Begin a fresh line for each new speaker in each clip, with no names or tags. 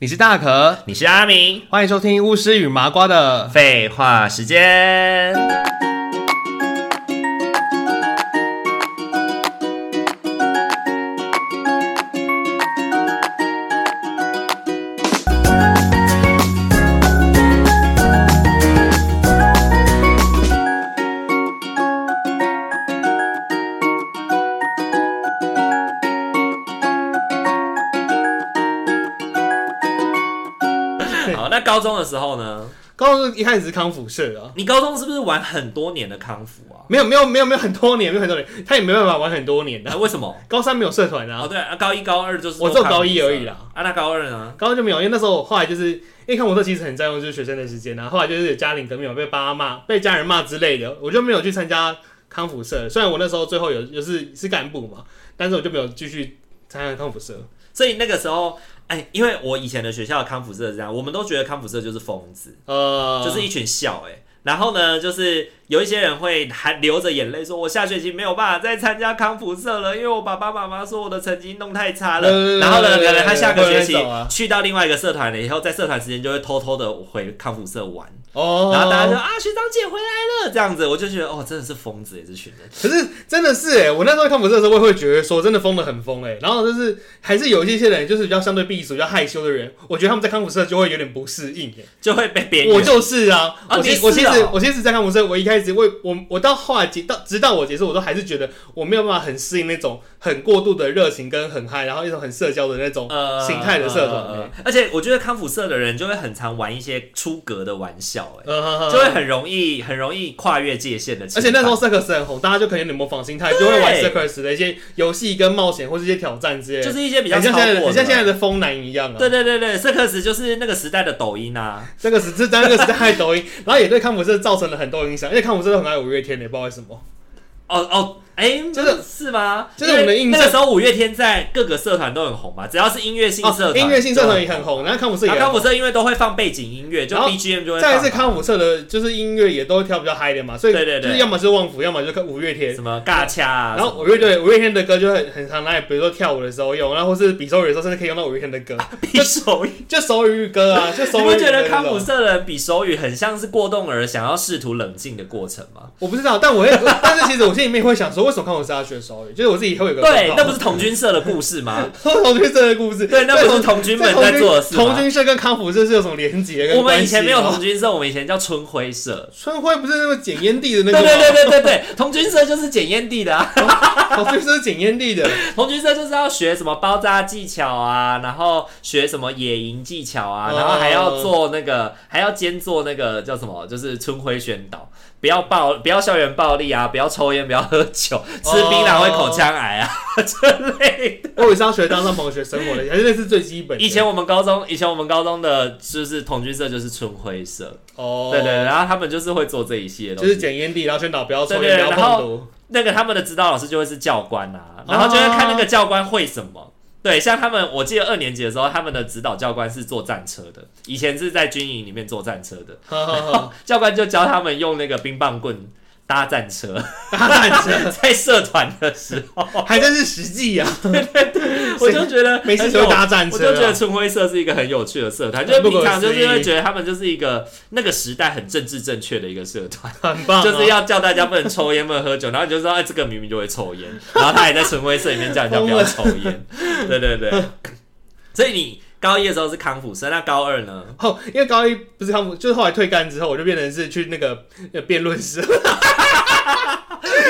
你是大可，
你是阿明，
欢迎收听巫师与麻瓜的。
废话时间。好，那高中的时候呢？
高中一开始是康复社啊，
你高中是不是玩很多年的康复啊？
没有没有没有没有很多年，没有很多年，他也没办法玩很多年的、
啊，为什么？
高三没有社团
哦，
啊，
对啊，高一高二就是
我只有高一而已啦。
啊，那高二呢？
高中就没有，因为那时候我后来就是因为康复社其实很占用就是学生的时间啊，后来就是有家庭革命，有被爸妈骂、被家人骂之类的，我就没有去参加康复社。虽然我那时候最后有就是是干部嘛，但是我就没有继续参加康复社。
所以那个时候，哎，因为我以前的学校的康复社是这样，我们都觉得康复社就是疯子，
呃，
就是一群笑哎、然后呢，就是有一些人会还流着眼泪说：“我下学期没有办法再参加康复社了，因为我爸爸妈妈说我的成绩弄太差
对
了。
对对
然后呢，
对
可
对对
能他下个
会有
学
那
期
种啊
去到另外一个社团了以后，在社团时间就会偷偷的回康复社玩。
哦，
然后大家就啊，学长姐回来了，这样子，我就觉得哦，真的是疯子哎，这群人。
可是真的是哎、我那时候看不是的时候，我也会觉得说真的疯的很疯哎、然后就是还是有一些人就是比较相对避暑、比较害羞的人，我觉得他们在康复社就会有点不适应、欸。
就会被别人
我就是啊，我
啊你
其
是
我其实
哦
我其实在康复社，我一开始我我我到后来结到直到我结束，我都还是觉得我没有办法很适应那种很过度的热情跟很嗨，然后一种很社交的那种形态的社团、欸。
呃而且我觉得康复社的人就会很常玩一些出格的玩笑、哎、
呃
就会很容易很容易跨越界限的。
而且那时候 circus 很红，大家就可能有点模仿心态，就会玩 circus 的一些游戏跟冒险或是一些挑战之类的，
就是一些比较
很
超
像现在的，
过
很像现在
的。啊
的风男一样啊。
对对对对，这克时就是那个时代的抖音啊，
那个时这那个时代的抖音， 然后也对康普社造成了很多影响，因为康普社都很爱五月天的，也不知道为什么。
哦哦，哎、
就是
是吗？
就是我们的
因为
印
那
象
个时候五月天在各个社团都很红嘛，只要是音乐性社团、
哦音乐性社团也很红，然后康普社
对。
也
然
很
后康
红。
复社因为都会放背景音乐，就
然后
BGM 就会放
再
嘛。
一次，康普社的就是音乐也都挑比较嗨的嘛，所以
对对对
就是要么是旺福，要么就是五月天。
什么尬掐啊，
然后 五月对五月天的歌就很很常拿来，比如说跳舞的时候用，然后或是比手语的时候，甚至可以用到五月天的 歌，
匕首
就手语歌啊，就手
你
语。
不觉得康普？社人比手语很像是过动儿想要试图冷静的过程吗？
我不知道，但我会，但是其实我心里面会想说，为什么康普社要学手语？就是我自己会有一个
对，那不
是
是童军社的故事吗？
同学社的故事，
对，那不是童军们在做的事
同
吗？
军社跟康复社是有什么连结跟
我
关
们
系
以前没有童
吗
军社，我们以前叫春晖社。
春晖不是那个捡烟蒂的那
对
个
对
吗？
对对对对，童军社就是捡烟蒂的、啊，
同军社是捡烟蒂的。
童军社就是要学什么包扎技巧啊，然后学什么野营技巧啊，
哦
然后还要做那个，还要兼做那个叫什么，就是春晖宣导，不要暴，不要校园暴力啊，不要抽烟，不要喝
哦
酒，吃槟榔会口腔癌啊之类的
我也是要学当上朋友学生活的，还是那是最基本的。
以前我们高中，以前我们高中的就是同居社就是春晖社，
哦，
对对，对，然后他们就是会做这一系列东
就
西。
是捡烟蒂，然后宣导不要抽
对对
烟，不要
对然
碰
后
毒。
那个他们的指导老师就会是教官
哦
啊，然后就会看那个教官会什么。对，像他们，我记得二年级的时候，他们的指导教官是坐战车的，以前是在军营里面坐战车的，
哈哈哈，
教官就教他们用那个冰棒棍搭战车，
大战神
在社团的时 候，
还真是实际啊！
我就觉得
没事
很
就
有
搭战车
我
啊，
就觉得春晖社是一个很有趣的社团，就是
很不可
平常就是
思议
会觉得他们就是一个那个时代很政治正确的一个社团，
很棒啊，
就是要叫大家不能抽烟、不能喝酒，然后你就知道，哎，这个明明就会抽烟， 然后他还在春晖社里面叫人家不要抽 烟，对对对。所以你高一的时候是康复生，那高二 呢？
后，哦因为高一不是康复，就是后来退干之后，我就变成是去那个呃辩论社，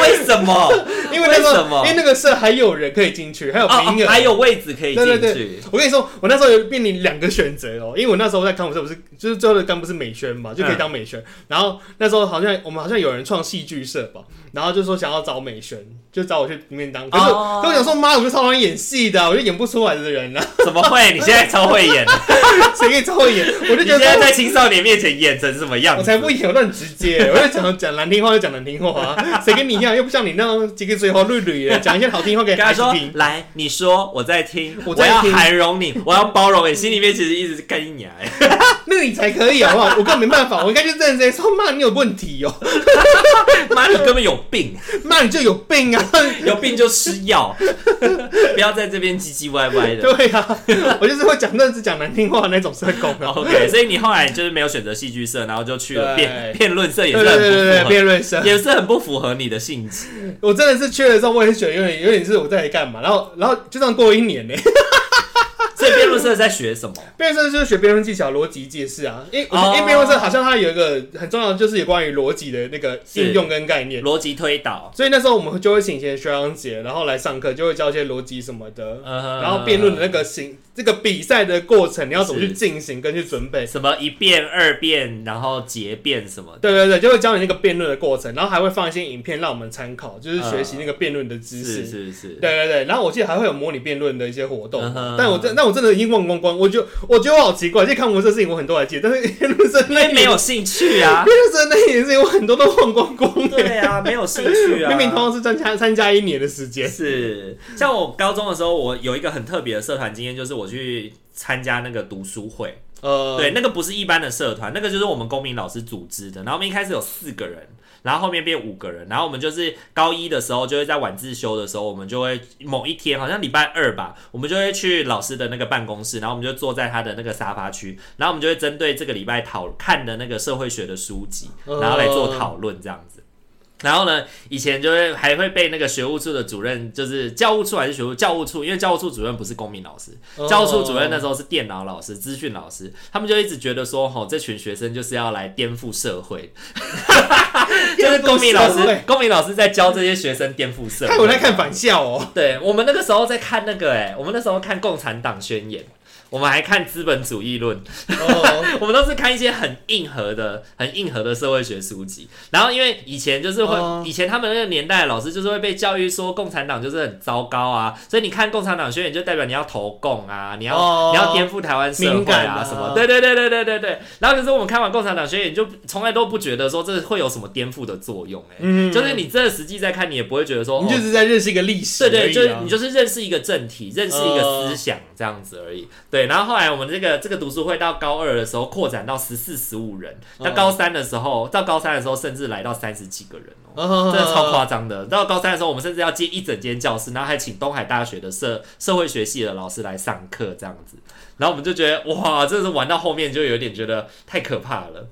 为什么？
因为那时
为什
候
么
因为那个社还有人可以进去，还有
哦，
名
哦
额，
还有位置可以进
对
去。
对对， 我跟你说，我那时候有面临两个选择哦，因为我那时候在康复社不是就是最后的干部是美宣嘛，就可以当美宣。
嗯
然后那时候好像我们好像有人创戏剧社吧，然后就说想要找美宣，就找我去里面当。可是
哦
我跟我想说，妈，我就超讨厌演戏的啊，我就演不出来的人啊，
怎么会？你现在超会演，
谁可以找我演？我就
你
觉
现
得
在
说
在青少年面前演成什么样子？
我才不演，我都很直接，我就讲讲难听话就讲难听话。 啊？谁跟你一样，又不像你那种几个嘴滑绿绿的，讲一些好听话给
跟他
孩子
说
听：“。
来，你说，我在听，
我
我
在
要
听
涵容你，我要包容你。”心里面其实一直干你娘、 欸，
那你才可以好不好？我根本没办法，我应该就认真说骂你有问题哦，
妈，你根本有病，
骂你就有病啊！
有病就吃药， 不要在这边唧唧歪歪的。
对啊， 我就是会讲认真讲难听话的那种社工啊。
OK，所以你后来就是没有选择戏剧社，然后就去了
对
辩辩论社，也
对
是
对对对对，
很不符啊
辩论生
合，，也是很不符合你的性质。
我真的是去了之后，我也是觉得有点有点是我在干嘛，然后然后就这样过了一年呢。
所以辩论社在学什么？
辩论社就是学辩论技巧、逻辑解释啊，因为我觉得
哦
因为辩论社好像它有一个很重要的就是有关于逻辑的那个应用跟概念。
逻辑推导，
所以那时候我们就会请一些学长姐，然后来上课，就会教一些逻辑什么的，
呃
然后辩论的那个行，这个比赛的过程，你要怎么去进行跟去准备？
什么一辩、二辩，然后结辩什么的。
对对对，就会教你那个辩论的过程，然后还会放一些影片让我们参考，就是学习那个辩论的知识。
是是是，
对对对，然后我记得还会有模拟辩论的一些活动
嗯哼
但我真但我真的已经忘光光，我觉得我觉得我好奇怪，就看我这事情我很多还记得，但是辩论生
因
那
为
一
没
年
有兴趣啊。
辩论生那一年事情我很多都忘光光了，
对啊，没有兴趣啊。
明明通常是参加参加一年的时间，
是，像我高中的时候，我有一个很特别的社团经验，就是我去参加那个读书会。
呃，
对，那个不是一般的社团，那个就是我们公民老师组织的。然后我们一开始有四个人，然后后面变五个人，然后我们就是高一的时候，就会在晚自修的时候，我们就会某一天，好像礼拜二吧，我们就会去老师的那个办公室，然后我们就坐在他的那个沙发区，然后我们就会针对这个礼拜讨看的那个社会学的书籍，然后来做讨论这样子。然后呢，以前就会还会被那个学务处的主任，就是教务处还是学务教务处，因为教务处主任不是公民老师，
哦
教务处主任那时候是电脑老师、资讯老师，他们就一直觉得说，吼，这群学生就是要来颠覆社 会，就是公民老
颠覆社会
师，公民老师在教这些学生颠覆社会。
看我在看反校哦，
对我们那个时候在看那个、哎，我们那时候看《共产党宣言》，我们还看《资本主义论》，
哦，
我们都是看一些很硬核的、很硬核的社会学书籍。然后因为以前就是会，
哦
以前他们那个年代的老师就是会被教育说共产党就是很糟糕啊，所以你看《共产党宣言》就代表你要投共啊，你要、
哦
你要颠覆台湾社
敏
会
感
啊
啊
什么。对对对对对对对。然后可是我们看完《共产党宣言》就从来都不觉得说这会有什么颠覆的作用、欸，哎、
嗯
就是你真的实际在看，你也不会觉得说
你就
哦
是在认识一个历史而
对
已啊、呃
对，就是你就是认识一个政体，认识一个思想这样子而已。对，然后后来我们这个这个读书会到高二的时候扩展到十四十五人，
嗯
到高三的时候，到高三的时候甚至来到三十几个人哦。
哦
真的超夸张的！到高三的时候，我们甚至要借一整间教室，然后还请东海大学的社社会学系的老师来上课，这样子。然后我们就觉得，哇，真的是玩到后面就有点觉得太可怕了。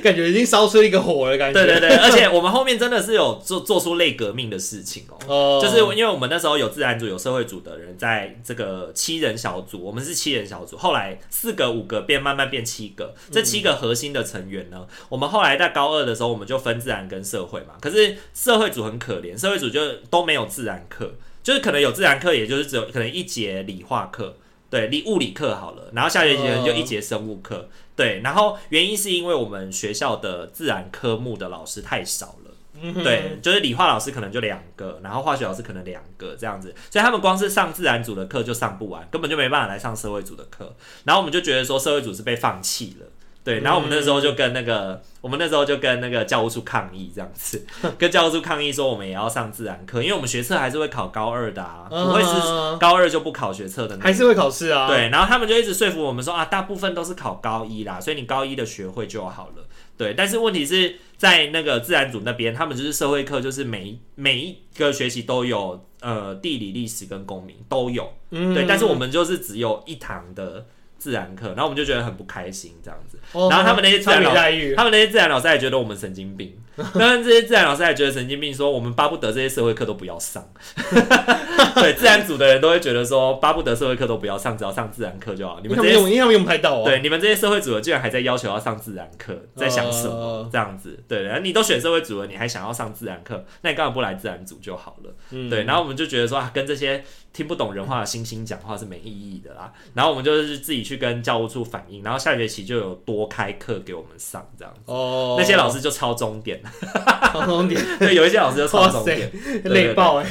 感觉已经烧出一个火了，感觉，
对对 对，而且我们后面真的是有做做出类革命的事情哦。
哦，
就是因为我们那时候有自然组、有社会组的人，在这个七人小组，我们是七人小组，后来四个、五个变慢慢变七个，这七个核心的成员呢，我们后来在高二的时候，我们就分自然跟社会嘛。可是社会组很可怜，社会组就都没有自然课，就是可能有自然课，也就是只有可能一节理化课。对，理物理课好了，然后下学期可能就一节生物课。对，然后原因是因为我们学校的自然科目的老师太少了。
嗯哼
对，就是理化老师可能就两个，然后化学老师可能两个这样子，所以他们光是上自然组的课就上不完，根本就没办法来上社会组的课。然后我们就觉得说社会组是被放弃了，对。然后我们那时候
嗯
就跟那个，我们那时候就跟那个教务处抗议这样 子，跟教务处抗议说我们也要上自然课，因为我们学测还是会考高二的啊，不会是
嗯
高二就不考学测的那
还
种。
是会考试啊，，
对，然后他们就一直说服我们说啊，大部分都是考高一啦，所以你高一的学会就好了。对，但是问题是在那个自然组那边，他们就是社会课，就是每一每一个学期都有呃地理、历史跟公民都有，
嗯
对，但是我们就是只有一堂的自然课，然后我们就觉得很不开心这样子。
哦
然后他们那些自
差
然
别
老
待遇，
他们那些自然老师还觉得我们神 经病，他们这些自然老师还觉得神经病，说我们巴不得这些社会课都不要上。 对，自然组的人都会觉得说，巴不得社会课都不要上，只要上自然课就好。你
因为
们
他
这
们用
些
因为他们用不太到啊，
对你们这些社会组的，居然还在要求要上自然课，在想什么、
呃
这样子？对，然后你都选社会组了，你还想要上自然课，那你干嘛不来自然组就好了？
嗯
对，然后我们就觉得说啊，跟这些听不懂人话的猩猩讲话是没意义的啦。然后我们就是自己去跟教务处反映，然后下学期就有多开课给我们上这样子。
哦，
那些老师就超重点，
好重点，
对，有一些老师就超
哇
重
塞
点，，
累爆哎。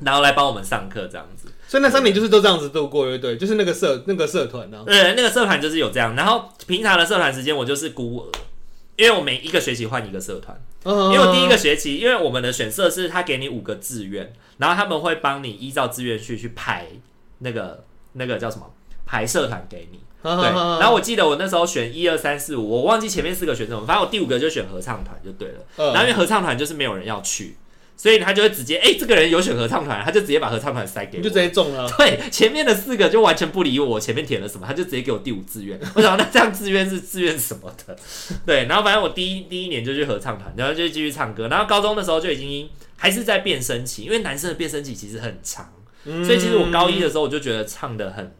然后来帮我们上课这样子。
所以那三年就是都这样子度过，对不对？就是那个社那个社团呢，啊
对，那个社团就是有这样，然后平常的社团时间我就是孤儿，因为我每一个学期换一个社团。
因
因为我第一个学期，因为我们的选社是他给你五个志愿，然后他们会帮你依照志愿去去排那个那个叫什么排社团给你。
啊嗯
对，然后我记得我那时候选一二三四五，我忘记前面四个选什么，反正我第五个就选合唱团就对了。
嗯
然后因为合唱团就是没有人要去，所以他就会直接，哎、这个人有选合唱团，他就直接把合唱团塞给
你
我
就直。接中了，
对，前面的四个就完全不理我，前面填了什么，他就直接给我第五志愿。 我想那这样志愿是 志愿什么的？对，然后反正我第一第一年就去合唱团，然后就继续唱歌。然后高中的时候就已经还是在变声期，因为男生的变声期其实很长，
嗯
所以其实我高一的时候我就觉得唱的很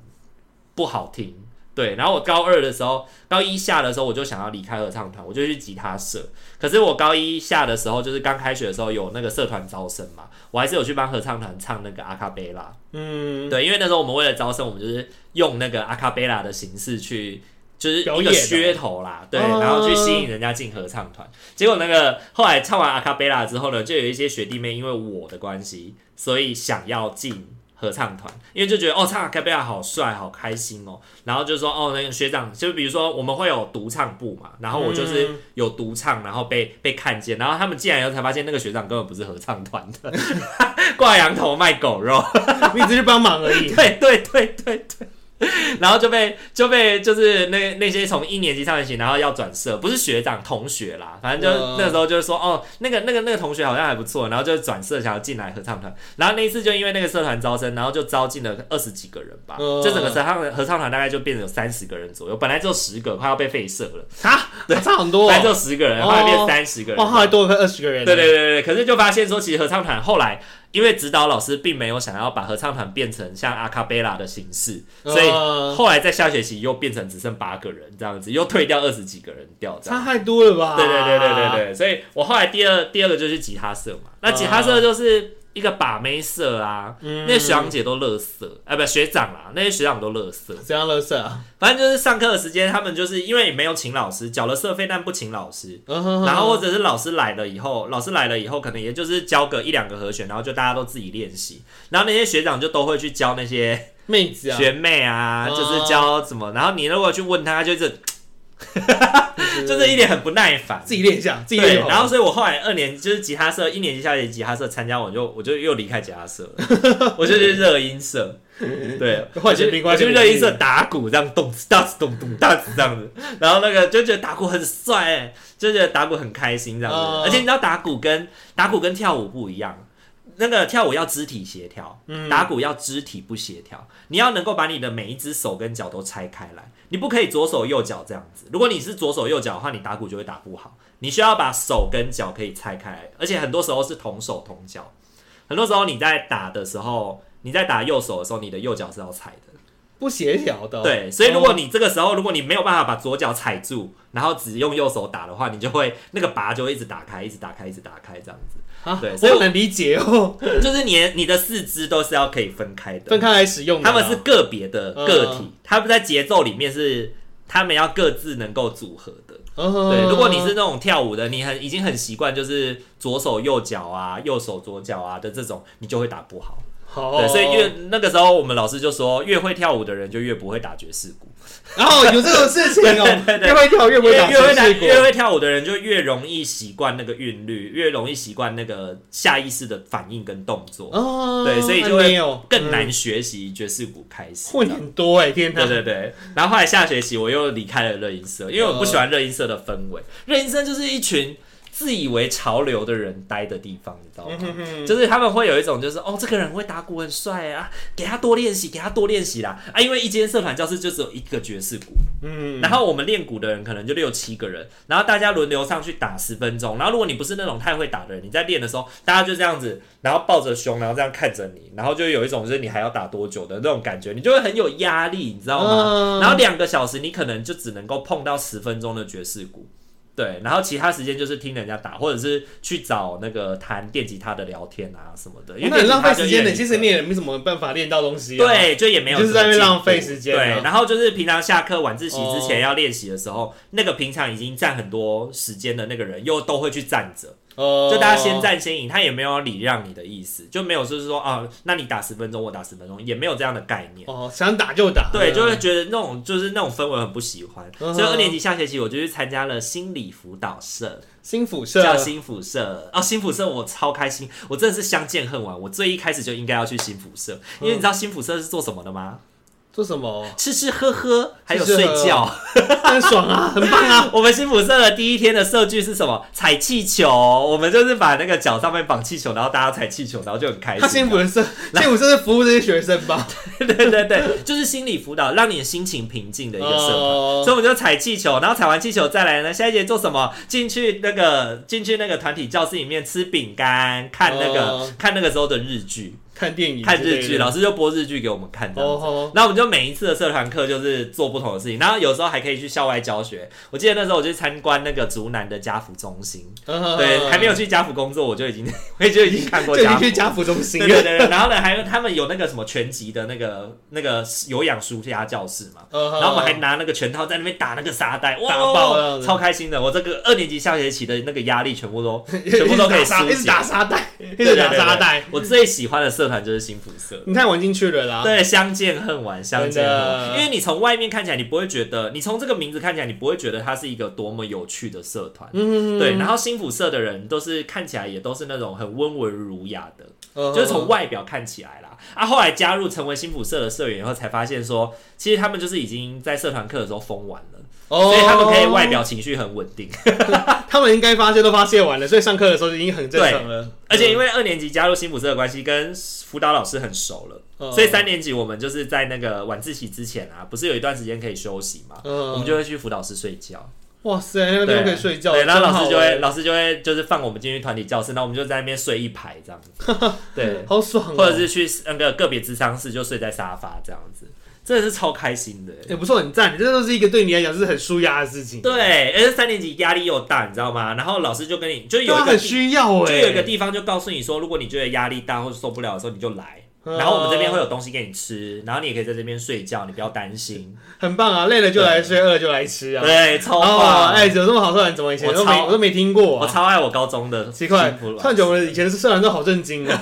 不好听。对，然后我高二的时候，高一下的时候我就想要离开合唱团，我就去吉他社。可是我高一下的时候，就是刚开学的时候有那个社团招生嘛，我还是有去帮合唱团唱那个阿卡贝拉。
嗯，
对，因为那时候我们为了招生，我们就是用那个阿卡贝拉的形式去，就是一
表
个
演啊
噱头啦，对，
哦
然后去吸引人家进合唱团。结果那个后来唱完阿卡贝拉之后呢，就有一些学弟妹因为我的关系，所以想要进。合唱团，因为就觉得哦，唱阿卡贝拉好帅，好开心哦。然后就说哦，那个学长，就比如说我们会有独唱部嘛，然后我就是
嗯
有独唱，然后被被看见，然后他们进来以后才发现那个学长根本不是合唱团的， 挂羊头卖狗肉。
你只是帮忙而已，
对对对对对。然后就被就被就是那那些从一年级上学期，然后要转社，不是学长同学啦，反正就
嗯
那时候就是说哦，那个那个那个同学好像还不错，然后就转社想要进来合唱团，然后那一次就因为那个社团招生，然后就招进了二十几个人吧，
嗯
就整个合唱合唱团大概就变成有三十个人左右，本来就十个，快要被废社了，
啊，差很多
本来
哦，
就十个人，后来变三十个人，
哇，后来多了快二十个人，
对对，对对，可是就发现说，其实合唱团后来因为指导老师并没有想要把合唱团变成像阿卡贝拉的形式，所以
嗯
后来在下学期又变成只剩八个人这样子，又退掉二十几个人掉这
差
样。
太多了吧？
对对对对对对，所以我后来第二第二个就是吉他社嘛，那吉他社就是一个把妹社啊，
嗯
那些学长姐都乐色，啊不学长啦，那些学长都乐色，
怎样乐色啊？
反正就是上课的时间，他们就是因为也没有请老师，缴了社费但不请老师，
然
然后或者是老师来了以后，老师来了以后，可能也就是教个一两个和弦，然后就大家都自己练习。然后那些学长就都会去教那些
妹子啊，
学妹啊，
哦
就是教怎么。然后你如果去问他， 就是就是一脸很不耐烦。
自己练一下，自己
对，
练好，
然后所以我后来二年就是吉他社，一年级下学期吉他社参加，我就我就又离开吉他社 了，我就去热音社。对，
换成
我
冰
去
块
我去热音社打鼓，这样咚哧哒哧咚咚哒哧这样子，然后那个就觉得打鼓很帅、欸，就觉得打鼓很开心这样子。
哦
而且你知道打鼓跟打鼓跟跳舞不一样，那个跳舞要肢体协调，打鼓要肢体不协调，你要能够把你的每一只手跟脚都拆开来，你不可以左手右脚这样子。如果你是左手右脚的话，你打鼓就会打不好。你需要把手跟脚可以拆开来，而且很多时候是同手同脚。很多时候你在打的时候，你在打右手的时候，你的右脚是要踩的。
不协调的哦，
对，所以如果你这个时候，如果你没有办法把左脚踩住，然后只用右手打的话，你就会那个拔就会一直打开，一直打开，一直打开这样子。
啊
对所
所
以
以
我
我能理解哦，
就是你的你的四肢都是要可以分开的，
分开来使用的
他
啊，
们是个别的
嗯
个体，他们在节奏里面是他们要各自能够组合的。
嗯，
对，如果你是那种跳舞的，你很已经很习惯，就是左手右脚啊，右手左脚啊的这种，你就会打不好。
好，
对，所以越那个时候，我们老师就说，越会跳舞的人就越不会打爵士鼓。
然后哦有这种事情
对
哦
对，对
越会跳越不会
越
打
越会
爵
打
士鼓，
越会跳舞的人就越容易习惯那个韵律，越容易习惯那个下意识的反应跟动作，
哦，
对所以就会
没有
更难学习爵士鼓开始。
混很多哎，天哪
对，对对，然后后来下学期我又离开了热音社，因为我
嗯
不喜欢热音社的氛围。热音社就是一群自以为潮流的人待的地方，你知道
嗯
吗？就是他们会有一种就是哦，这个人会打鼓很帅啊，给他多练习，给他多练习啦啊！因为一间社团教室就只有一个爵士鼓，
嗯，
然后我们练鼓的人可能就六七个人，然后大家轮流上去打十分钟。然后如果你不是那种太会打的人，你在练的时候，大家就这样子，然后抱着胸，然后这样看着你，然后就有一种就是你还要打多久的那种感觉，你就会很有压力，你知道吗？
嗯
然后两个小时你可能就只能够碰到十分钟的爵士鼓。对，然后其他时间就是听人家打，或者是去找那个弹电吉他的聊天啊什么的，因为
哦那很浪费时间
的。
的，其实你也没什么办法练到东西啊，
对，就也没有
就是在那边
什么进
浪费
步
时间
对
啊，
然后就是平常下课晚自习之前
哦
要练习的时候，那个平常已经占很多时间的那个人，又都会去站着。
哦，
就大家先战先赢，他也没有要礼让你的意思，就没有就是说啊，那你打十分钟，我打十分钟，也没有这样的概念。
哦，想打就打，
对，就会觉得那种就是那种氛围很不喜欢，
嗯
所以二年级下学期我就去参加了心理辅导社，
新辐射
叫心辅社。哦，心辅社我超开心，我真的是相见恨晚。我最一开始就应该要去心辅社，因为你知道心辅社是做什么的吗？？
做什么
吃吃喝喝，还有
吃吃
睡
喝
觉。
很爽啊，很棒啊！
我们新普社的第一天的社剧是什么？踩气球。我们就是把那个脚上面绑气球，然后大家踩气球，然后就很 开心。
他新辐射，新辐射是服务这些学生吧？
对对对，就是心理辅导，让你的心情平静的一个社团。
哦
所以我们就踩气球，然后踩完气球再来呢，下一节做 什么？进去那个进去那个团体教室里面吃饼干，看那个、
哦
看那个时候的日剧，
看电影之类
看
的，
日剧，老师就播日剧给我们看这样子。
哦，
然后我们就每一次的社团课就是做不同的事情，然后有时候还可以去校外教学。我记得那时候我去参观那个竹南的家福中心， 对，
对
还没有去家福工作，我就已经我就已经看过
呃 就
家
你
福。
去家福中心
对
了。
对对，对然后呢，还有他们有那个什么拳击的那个那个有氧舒压教室嘛，
然
然后我们 还拿那个拳套在那边打那个沙袋，
呃
哇，
打爆这样子
超开心的！我这个二年级下学期的那个压力全部都全部都可以疏
一直
解
打。沙袋，一
对
直打沙。
对对对
袋。
对我最喜欢的社团就是新辐社，
你太玩进去了啦，
对，相见恨晚，相见恨
真
晚。
的
因为你从外面看起来，你不会觉得，你从这个名字看起来，你不会觉得它是一个多么有趣的社团。
嗯，
对，然后新辐社的人都是看起来也都是那种很温文儒雅的，
嗯，
就是从外表看起来啦。啊，后来加入成为新辐社的社员以后，才发现说，其实他们就是已经在社团课的时候疯完了，
哦，嗯
所以他们可以外
哦，
表情绪很稳定。
他们应该发泄都发泄完了，所以上课的时候已经很正常了。
而且因为二年级加入新辅社的关系，跟辅导老师很熟了，
嗯
所以三年级我们就是在那个晚自习之前啊，不是有一段时间可以休息嘛，
嗯
我们就会去辅导室睡觉，
哇塞，那个地方可以睡觉，
对，然后老师就
真
会
好欸
老师就会就是放我们进去团体教室，那我们就在那边睡一排这样子，对
欸，，好爽哦，
或者是去那个个别智商室就睡在沙发这样子，真的是超开心的。欸
也不错，很赞，这都是一个对你来讲是很舒压的事情，
对，啊而且三年级压力又大，你知道吗？然后老师就跟你就
对
有
啊，
一个
很需要
就
哎，
有一个地方就告诉你说，如果你觉得压力大或者受不了的时候，你就来。
嗯
然后我们这边会有东西给你吃，然后你也可以在这边睡觉，你不要担心。
很棒啊，累了就来睡，饿了就来吃啊。
对，超
哦，
棒！
哎，有这么好社团，怎么以前
我
都
超
没我都没听过
我
啊？
超爱我高中的
奇怪
幸福，老
突然觉得我们
师
以前的社团都好震惊 哦。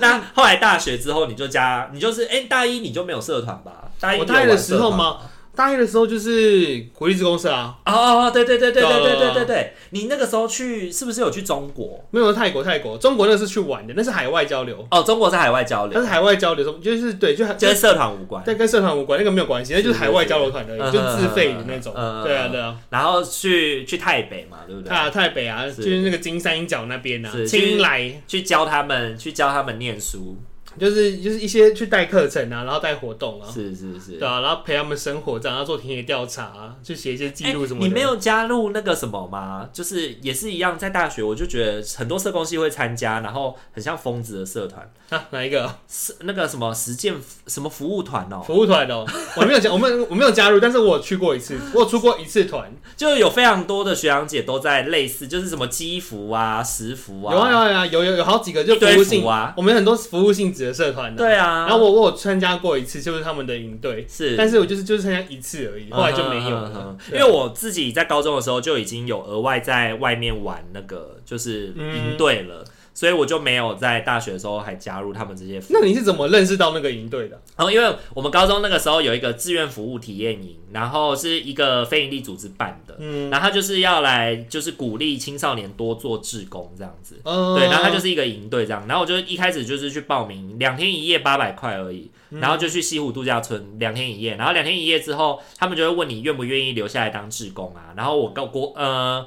那后来大学之后，你就加，你就是哎、大一你就没有社团吧？大一
我
你有
大一的
玩社
时候
团
吗？大一的时候就是国立职工社啊，
哦哦，哦对对对对对对对
对
对
啊
对，你那个时候去是不是有去中国？
没有泰国，泰国中国那是去玩的，那是海外交流，
哦，中国是海外交
但
流，
是海外交流什么就是对，就
就
就是
社团无关。
但跟社团无关，那个没有关系，那就是海外交流团而
嗯
已，就自费的那种
嗯嗯嗯。
对啊，对啊，
然后去去台北嘛，对不对？
啊，台北啊，就是那个金三角那边啊，
是
青来，
去教他们，去教他们念书，
就是就是一些去带课程啊，然后带活动啊，
是是是
对。啊，然后陪他们生活，这样，然后做田野调查啊，去写一些记录什么的。
欸你没有加入那个什么吗？就是也是一样，在大学我就觉得很多社工系会参加，然后很像疯子的社团，
啊？哪一个
是那个什么实践服什么服务团哦、
服务团 哦？我没有加，我没有我没有加入，但是我有去过一次，我有出过一次团。
就有非常多的学长姐都在类似，就是什么基服啊、实服
有啊有啊有啊有有有好几个就
一
服
堆
务
服
性
啊，
我们有很多服务性质的社团的、
对啊，
然后我我有参加过一次，就是他们的营队，
是，
但是我就是就是参加一次而已，后来就没有
嗯
了
嗯。嗯嗯因
对
为我自己在高中的时候就已经有额外在外面玩那个就是营队了。
嗯
所以我就没有在大学的时候还加入他们这些服务。
那你是怎么认识到那个营队的？
然后，因为我们高中那个时候有一个志愿服务体验营，然后是一个非营利组织办的，
嗯，
然后他就是要来就是鼓励青少年多做志工这样子。
呃
对，然后他就是一个营队这样，然后我就一开始就是去报名，两天一夜八百块而已，然后就去西湖度假村两天一夜，然后两天一夜之后，他们就会问你愿不愿意留下来当志工啊，然后我告国呃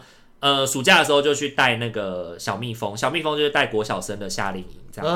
呃暑假的时候就去带那个小蜜蜂，小蜜蜂就是带国小生的夏令营这样，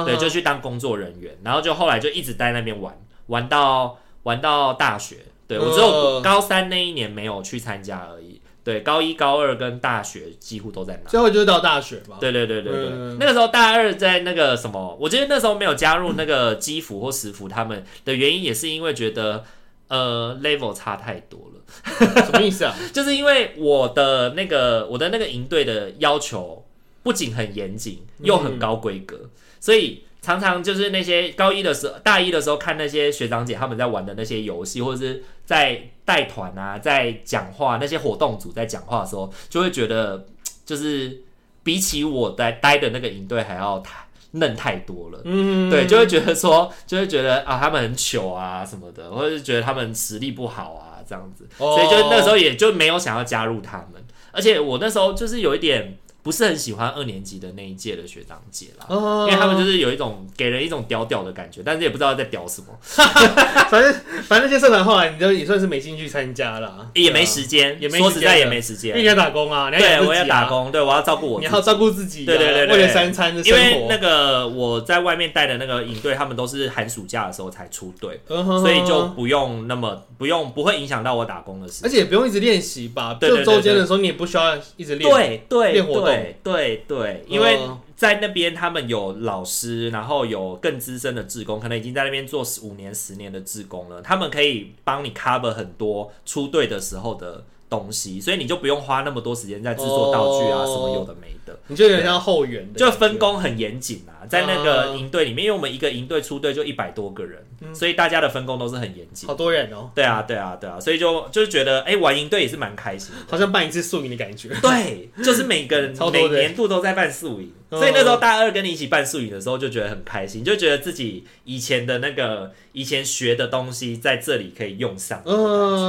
啊
对，就去当工作人员，然后就后来就一直在那边玩，玩到玩到大学。对我只有
嗯
高三那一年没有去参加而已。对，高一、高二跟大学几乎都在那。
最后就是到大学嘛。
对对对对对，
嗯
那个时候大二在那个什么，我觉得那时候没有加入那个基辅或石服他们的原因，也是因为觉得呃 level 差太多了。
什么意思 啊？
就是因为我的那个我的那个营队的要求不仅很严谨，又很高规格，所以常常就是那些高一的时候、大一的时候看那些学长姐他们在玩的那些游戏，或者是在带团啊、在讲话那些活动组在讲话的时候，就会觉得。嘖就是比起我待待的那个营队还要太嫩太多了。
嗯，
对，就会觉得说，就会觉得啊，他们很糗啊什么的，或者是觉得他们实力不好啊这样子，
哦
所以就那时候也就没有想要加入他们。而且我那时候就是有一点不是很喜欢二年级的那一届的学长姐啦，
哦，
因为他们就是是有一种给人一种屌屌的感觉，但是也不知道在屌什么，
反正反正那些社团后来你就也算是没兴趣参加了，
也没时间，
嗯也没
说
时
实
间
在也
了
没时
对
间
啊，因为。你要打工啊，你要
对，
养自己啊
我要打，工，对我要照顾我
你
自
还要
己。
照顾自己啊，
对对对对
为了三餐的
因
生
为那
活，
个我在外面带的那个营队，他们都是寒暑假的时候才出队，
嗯哼
所以就不用那么不用不会影响到我打工的事
而。且也不用一直练习吧，
对对
就
对
周间的时候你也不需要一直练，
对对
练活动
对对对，因为
嗯
在那边他们有老师，然后有更资深的志工，可能已经在那边做五年、十年的志工了，他们可以帮你 cover 很多出队的时候的东西，所以你就不用花那么多时间在制作道具啊
哦
什么有的没的。
你就有点像后援的感
就
觉，
分工很严谨啊，在那个
嗯
营队里面，因为我们一个营队出队就一百多个人，所以大家的分工都是很严谨。
好多人哦，
对啊，对啊，对啊，所以就就是觉得，哎、玩营队也是蛮开心的。
好像办一次宿营的感觉，
对，就是每个人
超多
每
的
年度都在办宿营，
嗯
所以那时候大二跟你一起办宿营的时候，就觉得很开心，就觉得自己以前的那个以前学的东西在这里可以用上。嗯，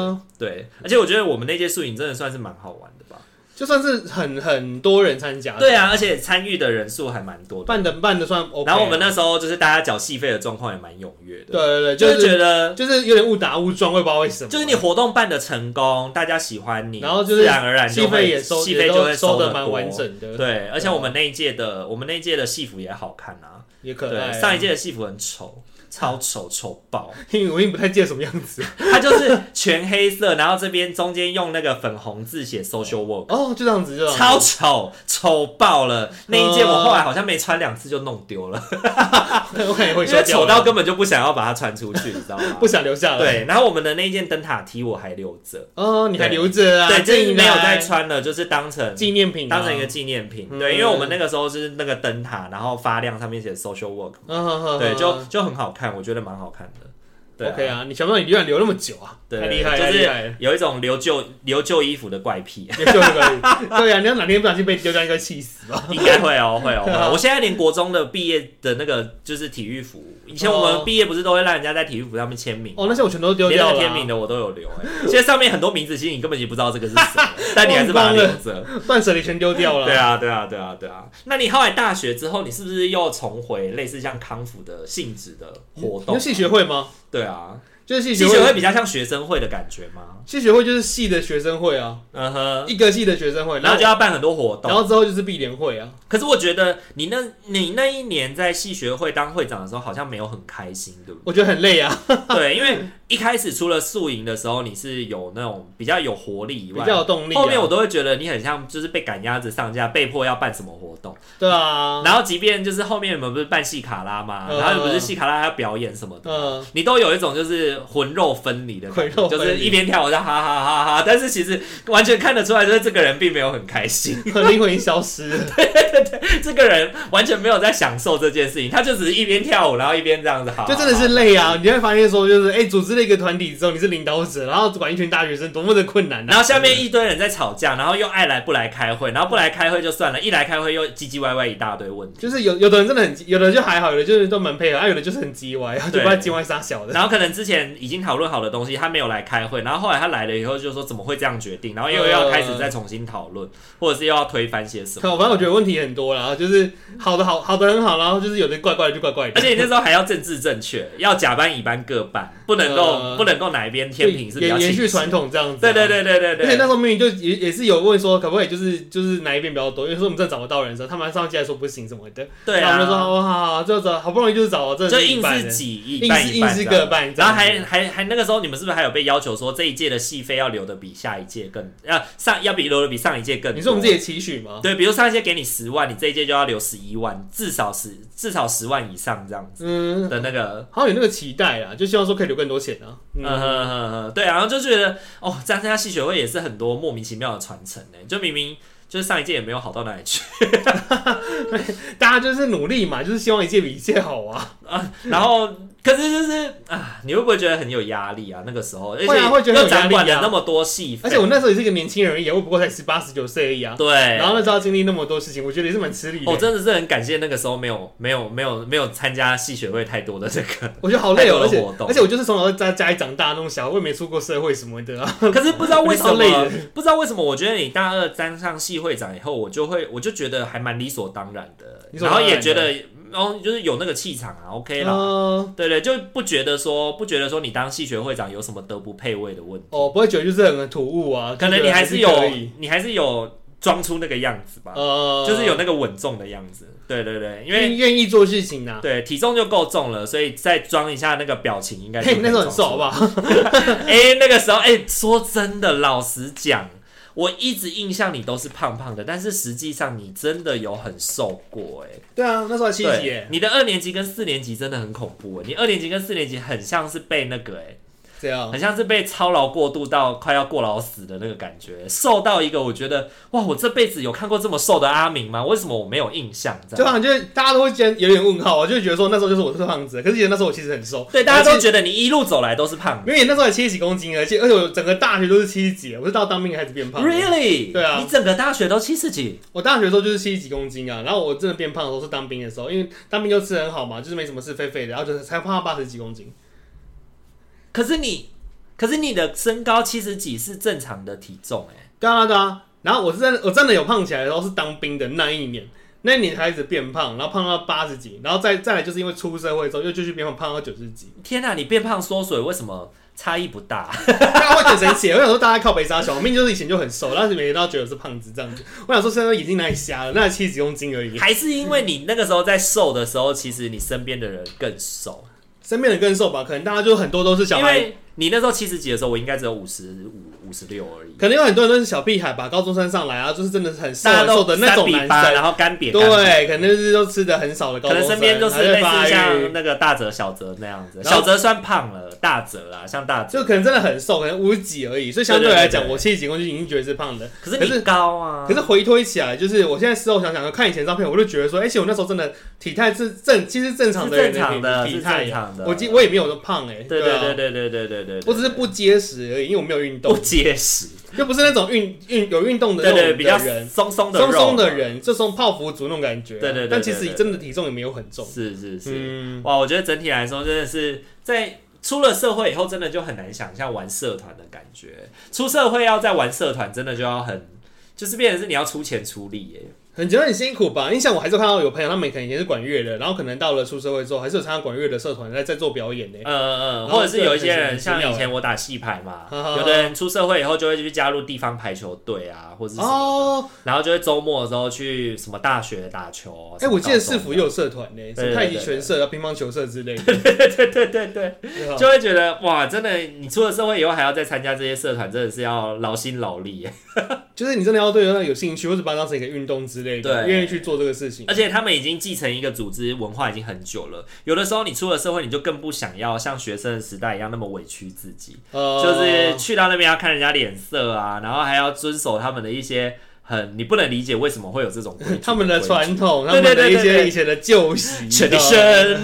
嗯，
对，而且我觉得我们那届宿营真的算是蛮好玩的吧。
就算是很很多人参加，
对，啊，而且参与的人数还蛮多的。
办的办的算 OK，
然后我们那时候就是大家缴戏费的状况也蛮踊跃的，
对对对，
就是
是
觉得
就是有点误打误撞，我也不知道为什么，
就是你活动办的成功，大家喜欢你，
然后就是
自然而然
戏
就
费
会
也收，
戏
也
费
都
就会
收
的
蛮完。整的，，
对，而且我们那一届的我们那一届的戏服也好看啊，
也可爱
对，
啊。
上一届的戏服很丑，超丑丑爆，
因为 我已经不太记得什么样子
它就是全黑色，然后这边中间用那个粉红字写 social work。
哦，就这样子，就这样子
超丑，丑爆了！那一届我后来好像没穿两次就弄丢了，
我感觉会
因
收掉
为丑
了
到根本就不想要把它穿出去，你知道吗？
不想留下来。，
对，然后我们的那一件灯塔 T 我还留着，
哦，你还留着啊？
对，就是
竟
没有
然
再穿了，就是当成
纪念品啊，
当成一个纪念品。
嗯
对，因为我们那个时候是那个灯塔，然后发亮，上面写 social work，
嗯，哼哼
对，
哼
就就很好看，我觉得蛮好看的。对
OK 啊。你想不到你居然留那么久啊，
对
太厉害，
就
太厉害
是
了。
有一种留旧留旧衣服的怪癖，
也就那个，对啊，你要哪天不小心被丢掉，应该气死 吧？
应该会哦，会哦。会哦我现在连国中的毕业的那个就是体育服，以前我们
哦
毕业不是都会让人家在体育服上面签名吗，
哦，那些我全都丢
连
掉
那
了
个
啊。
签名的我都有留。哎，现在上面很多名字，其实你根本就不知道这个是谁， 但你还是把它
忘光
留
了
着。
断舍离全丢掉了。
对，啊，对啊，对啊，对啊。那你后来大学之后，你是不是又重回类似像康复的性质的活
你
动
有？系学会吗？
对啊，
就是系
系
学
学会
会，
比较像学生会的感觉吗？
系学会就是系的学生会啊，
嗯哼，
一个系的学生会，
然后就
然
要办很多活
后然
动。
后之后就是毕联会啊。
可是我觉得你那你那一年在系学会当会长的时候，好像没有很开心，对不
我觉得很累啊，
对？对，因为一开始除了宿营的时候，你是有那种比较有活力以
比
外，
较有动力啊。
后面我都会觉得你很像就是被赶鸭子上架，被迫要办什么活动。
对啊，
然后即便就是后面你们不是办戏卡拉嘛，
嗯
然后你不是戏卡拉还要表演什么的，
嗯，
你都有一种就是魂肉分离的感
魂
觉，
肉
就
分离
是一边跳我就哈哈哈哈，但是其实完全看得出来，就是这个人并没有很开心，
灵魂已经消失了。
这个人完全没有在享受这件事情，他就只是一边跳舞，然后一边这样子哈哈 哈，
就真的是累 啊！你就会发现说，就是哎、组织了一个团体之后，你是领导者，然后管一群大学生，多么的困难、啊。
然后下面一堆人在吵架，然后又爱来不来开会，然后不来开会就算了，一来开会又唧唧歪歪一大堆问题。
就是有有的人真的很，有的人就还好，有的就是都蛮配合，啊，有的就是很叽歪，然后就
对
不知道叽歪啥小的。
然后可能之前已经讨论好的东西，他没有来开会，然后后来他来了以后就说怎么会这样决定，然后
呃
又要开始再重新讨论，或者是又要推翻些什
看，
么。
反正我觉得问题很多啦，就是好的好好的很好，然后就是有的怪怪的就怪怪的，
而且你那时候还要政治正确，要甲班乙班各半，不能够、
呃
不能够哪一边
就
天平是比较
延延
倾斜
续传统这样子、啊
对对。对对对
而且
对
那时候明明就也也是有问说可不可以就是就是哪一边比较多，因为说我们真的找不到人的时候，他们上期还说不行什么的，
对
然后我们就说
啊！
好好好，就找好不容易就是找到，真的
就是硬
一半
是
的
挤一
硬
半
是
一
硬
半
是
这样
各半这
然
样
后
子，
还还还那个时候，你们是不是还有被要求说这一届的戏费要留的比下一届更要、上要比留的比上一届更多？
你说我们自己的期许吗？
对，比如上一届给你十万，你这一届就要留十一万，至少十至少十万以上这样子
嗯，
的那个，
好像有那个期待啦，就希望说可以留更多钱啊。
嗯
嗯，
哼哼哼哼，对啊，然后就觉得哦，这样参加戏学会也是很多莫名其妙的传承呢，就明明就是上一届也没有好到哪里去 嗯
大家就是努力嘛，就是希望一届比一届好啊。
啊，然后可是就是啊，你会不会觉得很有压力啊？那个时候，而且
会啊会觉得
又
很有压
掌
力啊
管了那么多戏份，
而且我那时候也是一个年轻人而已啊，我不过才十八十九岁而已啊。
对，
然后那时候要经历那么多事情，我觉得也是蛮吃力的。
我、哦真的是很感谢那个时候没有没有没有没有参加戏学会太多的这个，
我觉得好累哦，而
太多的
且
活动
而且我就是从小在家里长大那种小孩，我也没出过社会什么的 啊。
可是不知道为什
我觉得超
么，不知道为什么，我觉得你大二当上系会长以后，我就会我就觉得还蛮理所当然的，
理所
然
当
后
然
也觉得，然后就是有那个气场啊，OK 啦，
呃
对对，就不觉得说不觉得说你当系学会长有什么德不配位的问题，
哦，不会觉得就是很突兀啊，
可能你还是
就觉得
有
可以
你还是有装出那个样子吧，
呃，
就是有那个稳重的样子，对对对，因为
愿愿意做事情啊呐。
对，体重就够重了，所以再装一下那个表情，应该就
嘿，那时候
可以
很瘦，好
装
不好？
出 来。哎、那个时候，哎、说真的，老实讲，我一直印象你都是胖胖的，但是实际上你真的有很瘦过、哎，
对啊，那时候还七级
对
耶，，
你的二年级跟四年级真的很恐怖、哎，你二年级跟四年级很像是被那个、
这
哎，
样
很像是被操劳过度到快要过劳死的那个感觉，瘦到一个我觉得，哇，我这辈子有看过这么瘦的阿明吗？为什么我没有印象？这
就
样
好像就是大家都会觉得有点问号，我就觉得说那时候就是我是胖子，可是其实那时候我其实很瘦，
对，大家
而
都
且
觉得你一路走来都是胖的。
因为那时候才七十几公斤，而且而且我整个大学都是七十几，我是到当兵开始变胖的。
Really？
对啊
你整个大学都七十几，
我大学的时候就是七十几公斤啊，然后我真的变胖的时候是当兵的时候，因为当兵就吃得很好嘛，就是没什么事，肥肥的，然后就是才胖到八十几公斤。
可是你，可是你的身高七十几是正常的体重、欸，
对啊对啊，然后我是真的我真的有胖起来的时候是当兵的那一年，那一年开始变胖，然后胖到八十几，然后再再来就是因为出社会之后又继续变胖，胖到九十几，
天哪、你变胖缩水，为什么差异不大？
大家会觉得神奇。我想说大家靠北沙小，我命就是以前就很瘦，但是每天都觉得我是胖子这样子。我想说现在眼睛哪里瞎了，那七十几公斤而已，
还是因为你那个时候在瘦的时候，其实你身边的人更瘦，
身边人更瘦吧，可能大家就很多都是小
因
孩
为你那时候七十几的时候，我应该只有五十五、五十六而已。
可能有很多人都是小屁孩吧，高中生上来啊，就是真的是很瘦
大家
很瘦
都
的那种
三比
男
八，
生，
然后干瘪，干瘪，
对，可能就是都吃的很少的高
可
中
能
生，
身边就是
还在
类
发
似像
育，
那个大哲、小哲那样子。
然后
小哲算胖了，大哲啦，像大哲，
就可能真的很瘦，可能五十几而已，所以相对
对对对
来讲，
对
我七十几公斤已经觉得是胖的。
可是
可是
你高啊，
可是回推起来，就是我现在事后想想，看以前照片，我就觉得说，哎、其实我那时候真的体态是正，其实正常的
是
人
正常的，
体
是
体态
正
耶，
常的。
我记我也没有说胖哎、
对
啊
对对对对对对对对，
我只是不结实而已，因为我没有运
不
动，
结实，
又不是那种运运有运动的那
对
种
对，比较
的人，
松松的
松松
的
的，人，这种泡芙族那种感觉啊、
对对对对
但其实
对
真的体重也没有很重。
是是是，
嗯，
哇，我觉得整体来说真的是在。出了社会以后，真的就很难想象玩社团的感觉。出社会要再玩社团，真的就要很，就是变成是你要出钱出力耶。
很觉得很辛苦吧？因为像我还是看到有朋友，他们可能以前是管乐的，然后可能到了出社会之后，还是有参加管乐的社团在在做表演呢、欸
嗯嗯，
然
嗯，
后
或者是有一些人，
这个很
像
奇妙
以前我打戏牌嘛，
好好好
有的人出社会以后就会去加入地方排球队啊，或者是什么
哦，
的，然后就会周末的时候去什么大学打球。啊
哎、
什么
我记得
高中
市府也有社团呢、什
对
么
对
太极拳社、啊、乒乓球社之类的。
对对对对，
对啊
就会觉得哇，真的，你出了社会以后还要再参加这些社团，真的是要劳心劳力耶。
就是你真的要对那有兴趣，或者把它当成一个运动之类的，
对
愿意去做这个事情
而。且他们已经继承一个组织文化已经很久了，有的时候你出了社会，你就更不想要像学生的时代一样那么委屈自己，
呃，
就是去到那边要看人家脸色啊，然后还要遵守他们的一些很你不能理解为什么会有这种规矩
他们的传统，他
对
们
对
的一
对对
些
对
以前的旧习，
全
你知道吗
身，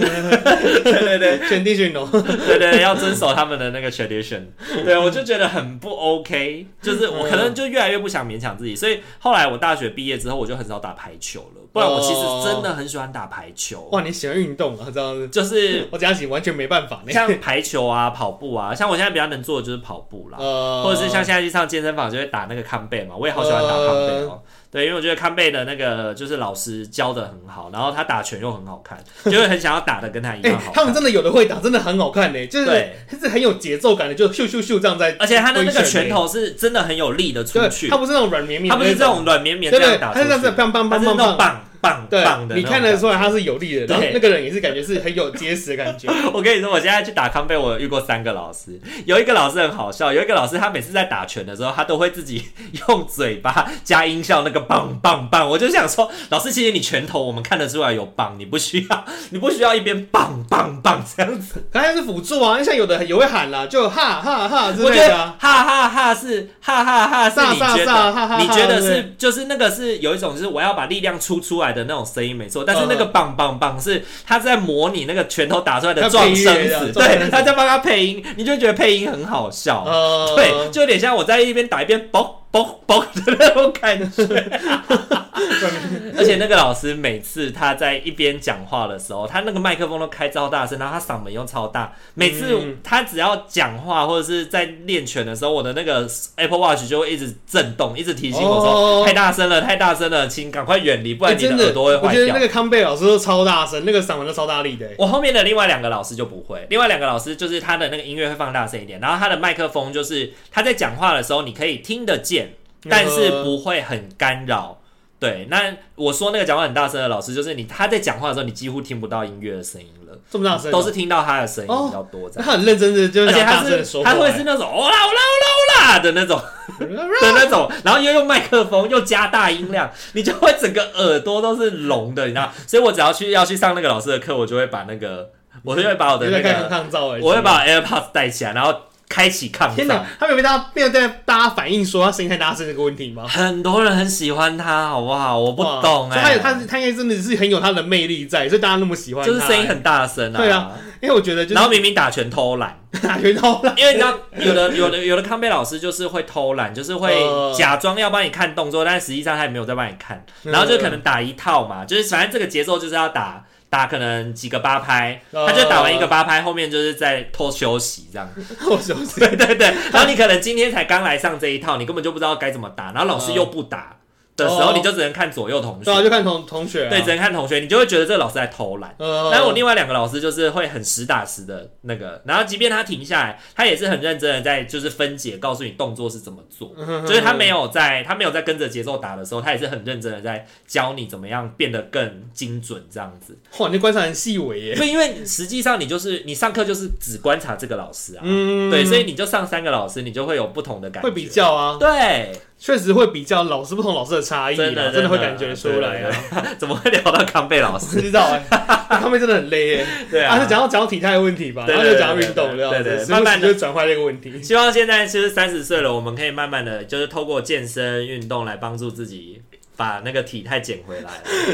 对 对对，
全地训哦。
对对，要遵守他们的那个 tradition。对，我就觉得很不 OK，就是我可能就越来越不想勉强自己，所以后来我大学毕业之后，我就很少打排球了。不然我其实真的很喜欢打排球，
哇，你喜欢运动啊，这样子。
就是
我讲起完全没办法呢。
像排球啊、跑步啊，像我现在比较能做的就是跑步啦。
呃，
或者是像现在去上健身房就会打那个康贝嘛，我也好喜欢打康贝哦。对，因为我觉得康贝的那个就是老师教的很好，然后他打拳又很好看，就会很想要打的跟他一
哎、
样啊好看。
他们真的有的会打，真的很好看呢、就是
对
就是很有节奏感的，就咻咻咻这样在，
而且他的那个
挥拳
拳头是真的很有力的出
对，
去，
它不是那种软绵绵，
它不是这，种软绵绵
对
这样
对，
打
它
出
是
去，
这样子棒棒
它
棒
是那
棒棒。
种棒棒棒的
对，
那种感觉。
你看得出来他是有力的，然后
对
那个人也是感觉是很有结实的感觉。
我跟你说，我现在去打康贝，我有遇过三个老师，有一个老师很好笑，有一个老师他每次在打拳的时候，他都会自己用嘴巴加音效，那个棒棒棒。我就想说，老师，其实你拳头我们看得出来有棒，你不需要，你不需要一边棒棒棒这样子。
可它是辅助啊，像有的也会喊啦，就哈哈哈之
我
类
觉得
的
哈
啊。
哈哈是哈哈哈是你
飒飒飒
觉
哈哈
得
哈
你觉得
对
是就是那个是有一种就是我要把力量出出来来的那种声音没错，但是那个棒棒棒是他在模拟那个拳头打出来的
要
撞
嗯配乐
生
要
死，
撞生
对，
死
他在帮他配音，你就觉得配音很好笑，
呃，
对，，就有点像我在一边打一边嘣嘣嘣的那种 感觉。而且那个老师每次他在一边讲话的时候，他那个麦克风都开超大声，然后他嗓门又超大。每次
嗯
他只要讲话或者是在练拳的时候，我的那个 Apple Watch 就会一直震动，一直提醒我说、
哦
太大声了，太大声了，请赶快远离，不
哎
然你
真
的耳
的，
朵会
我
坏
觉得
掉
那。个康贝老师都超大声，那个嗓门都超大力的、欸。
我后面的另外两个老师就不会，另外两个老师就是他的那个音乐会放大声一点，然后他的麦克风就是他在讲话的时候你可以听得
嗯
见，但是不会很干扰。对，那我说那个讲话很大声的老师，就是你他在讲话的时候，你几乎听不到音乐的声音了，
这么大声哦、
都是听到他的声音比较多这
那
样。
他很认哦真的，就是
而且
想
他
大声的
是
说
他
话
会
欸
是那种哦啦哦啦哦啦哦啦的那种 的那种，然后又用麦克风又加大音量，你就会整个耳朵都是聋的，你知道吗？所以我只要去要去上那个老师的课，我就会把那个我就会把我的
有
那
点看
个
抗噪哎。
我会把 AirPods 带起来，然后开启抗
天
噪
哪。，他没有被大家没有对大家反映说他声音太大声这个问题吗？
很多人很喜欢他，好不好？我不懂
哇所以
哎、
他有他是他应该真的是很有他的魅力在，所以大家那么喜欢他。
就是声音，很大声啊。
对啊，因为我觉得就是
然后明明打拳偷懒，
打拳头了，
因为你知道有的有的有的康贝老师就是会偷懒，就是会
呃嗯
假装要帮你看动作，但实际上他也没有在帮你看，然后就可能打一套嘛，就是反正这个节奏就是要打。打可能几个八拍，
呃
他就打完一个八拍，后面就是在偷休息 这样。
我休息。
对对对，然后你可能今天才刚来上这一套，你根本就不知道该怎么打，然后老师又不打的时候，
嗯哦
你就只能看左右同学
对，啊，就看同同学、啊。
对，只能看同学，你就会觉得这个老师在偷懒。
呃，
但我另外两个老师就是会很实打实的那个，然后即便他停下来，他也是很认真的在就是分解，告诉你动作是怎么做，
嗯
就是他没有在他没有在跟着节奏打的时候，他也是很认真的在教你怎么样变得更精准这样子。
哇，你观察很细微耶。
对，因为实际上你就是你上课就是只观察这个老师啊，
嗯，
对，所以你就上三个老师，你就会有不同的感觉，
会比，较啊，
对，
确实会比较老师不同老师的差异啊，
真的
真的会感觉出来啊。，
对对对 怎么会聊到康贝老师？
不知道哎、他们真的很累耶、
对啊
他是讲到讲到体态的问题吧，
对
然
对
后
对
就讲到运动这样
对对对
子，时
慢
不
慢
时
地
就转换这个问 题。
希望现在其实三十岁了，我们可以慢慢的就是透过健身运动来帮助自己把那个体态减回来。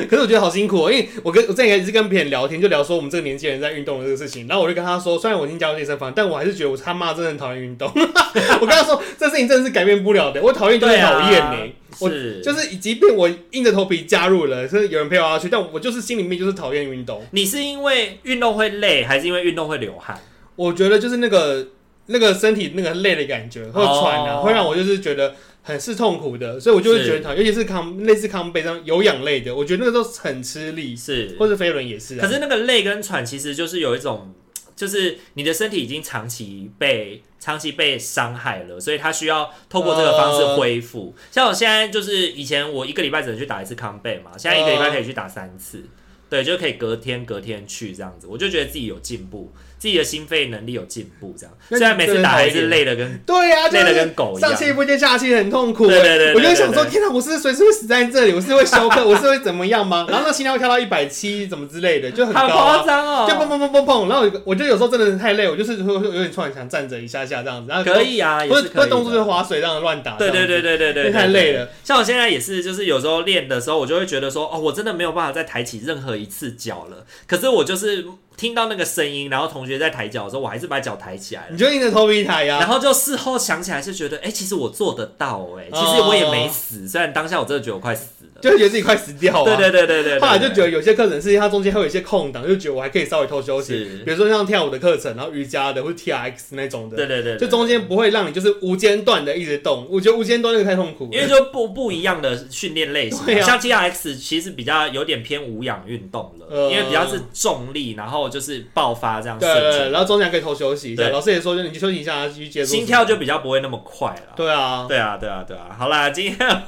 可是我觉得好辛苦、哦，因为我跟我之前也是跟别人聊天，就聊说我们这个年纪人在运动的这个事情，然后我就跟他说，虽然我已经加入健身房，但我还是觉得我他妈真的很讨厌运动。 我跟他说，这事情真的是改变不了的，我讨厌就是
对啊
哎讨厌呢。我
是，
就是，即便我硬着头皮加入了，是有人陪我要去，但我就是心里面就是讨厌运动。
你是因为运动会累，还是因为运动会流汗？
我觉得就是那个那个身体那个累的感觉，会喘啊
哦
会让我就是觉得很是痛苦的，所以我就会
是
觉得讨厌，尤其是康类似康贝这样有氧类的，我觉得那个都很吃力，
是，
或者飞轮也是、啊。
可是那个累跟喘其实就是有一种，就是你的身体已经长期被长期被伤害了，所以它需要透过这个方式恢复。
哦
像我现在就是以前我一个礼拜只能去打一次康贝嘛，现在一个礼拜可以去打三次。对，就可以隔天隔天去这样子，我就觉得自己有进步，自己的心肺能力有进步，这样。
那
虽
你
然每次打还是累的跟
对呀、啊，就
累得
是
跟狗一样
上气不接下气，很痛苦欸。
对对对对
我就会想说，
对对
天哪，我是随时会死在这里，我是会休克，我是会怎么样吗？然后那心跳会跳到一百七，怎么之类的，就很高、
好夸
啊。
张
就砰
哦，
砰砰砰砰，然后我就有时候真的是太累，我就是会会有点突然想站着一下下这样子，然后
可以啊，也
或
是
者
可以
或
的。
者动作就是划水这样乱打，
对对对对对对，
因为太
对
累了。
像我现在也是，就是有时候练的时候，我就会觉得说，哦，我真的没有办法再抬起任何一次脚了。可是我就是听到那个声音，然后同学在抬脚的时候，我还是把脚抬起来了
你。就硬着头皮抬啊呀、
然后就事后想起来是觉得，哎、其实我做得到、哎，其实我也没死。虽然当下我真的觉得我快死了。
哦就会觉得自己快死掉啊。
对对对对对，
后来就觉
得
得有些课程是它中间会有一些空档，就觉得我还可以稍微偷休息，
是
比如说像跳舞的课程，然后瑜伽的或者 T R X 那种的，
对对对，
就中间不会让你就是无间断的一直动。我觉得无间断那个太痛苦了，
因为就不不一样的训练类型，
对啊
像 T R X 其实比较有点偏无氧运动了，
呃
因为比较是重力，然后就是爆发这样
对
瞬
对
间
对，然后中间还可以偷休息一下。
对
老师也说，就你去休息一下，继续接触
心跳就比较不会那么快了。
对啊。
对啊，对啊，对啊。好啦，今天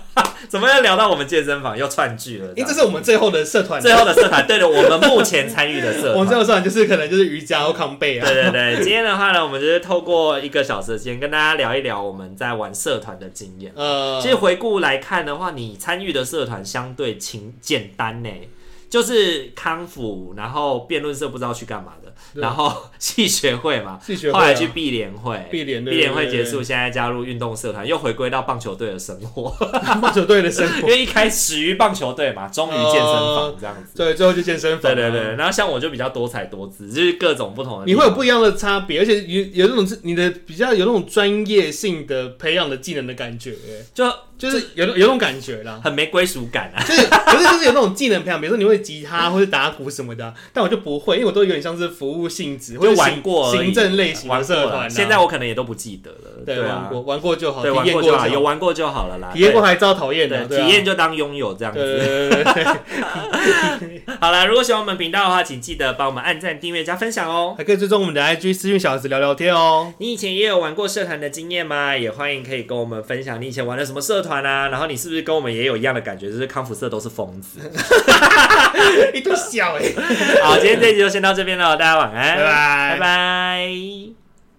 怎么又聊到我们健身房又串剧了？
因为这是我们最后的社团，
最后的社团，对的，我们目前参与的 社
我们最
团。
后的社团就是可能就是瑜伽或康贝啊
呃对。对对，今天的话呢，我们就是透过一个小时的时间跟大家聊一聊我们在玩社团的经验。
呃
其，实回顾来看的话，你参与的社团相欸对轻简单呢，就是康复，然后辩论社不知道去干嘛的，
对
然后系学会嘛，
系学会啊
后来去碧联会，
碧联对
碧联会
对对
结束，现在加入运动社团，又回归到棒球队的生 活，
棒球队的生
因
活，
为一开始始于棒球队嘛，终于健身
哦
房这样子。
呃对，最后就健身房、啊
对对对，。然后像我就比较多彩多姿，就是各种不同的地
你
方。
会有不一样的差别，而且有有那种是你的比较有那种专业性的培养的技能的感觉，
就
就是有有那种感觉 啦。
很没归属感 啊。
就是不是就是有那种技能培养，比如说你会吉他或者打鼓什么的，但我就不会，因为我都有点像是服务性质，或者
就
行
玩过而已
行政类型
玩
的
过
社团啊、
了，现在我可能也都不记得了。
对玩
啊
过，玩过就好，
对玩
体验
过就
好
好，，有玩过就好了啦。
体验过
对
还遭讨厌的，
对，
对啊
体验。就当拥有这样
对
子。
对对对对，
好了，如果喜欢我们频道的话，请记得帮我们按赞、订阅、加分享哦。
还可以追踪我们的 IG 私讯小孩子聊聊天哦。
你以前也有玩过社团的经验吗？也欢迎可以跟我们分享你以前玩了什么社团啊，然后你是不是跟我们也有一样的感觉，就是康复社都是疯子。
一堆小哎、assim,
好，今天这集就先到这边了，大家晚安，
拜拜
拜拜。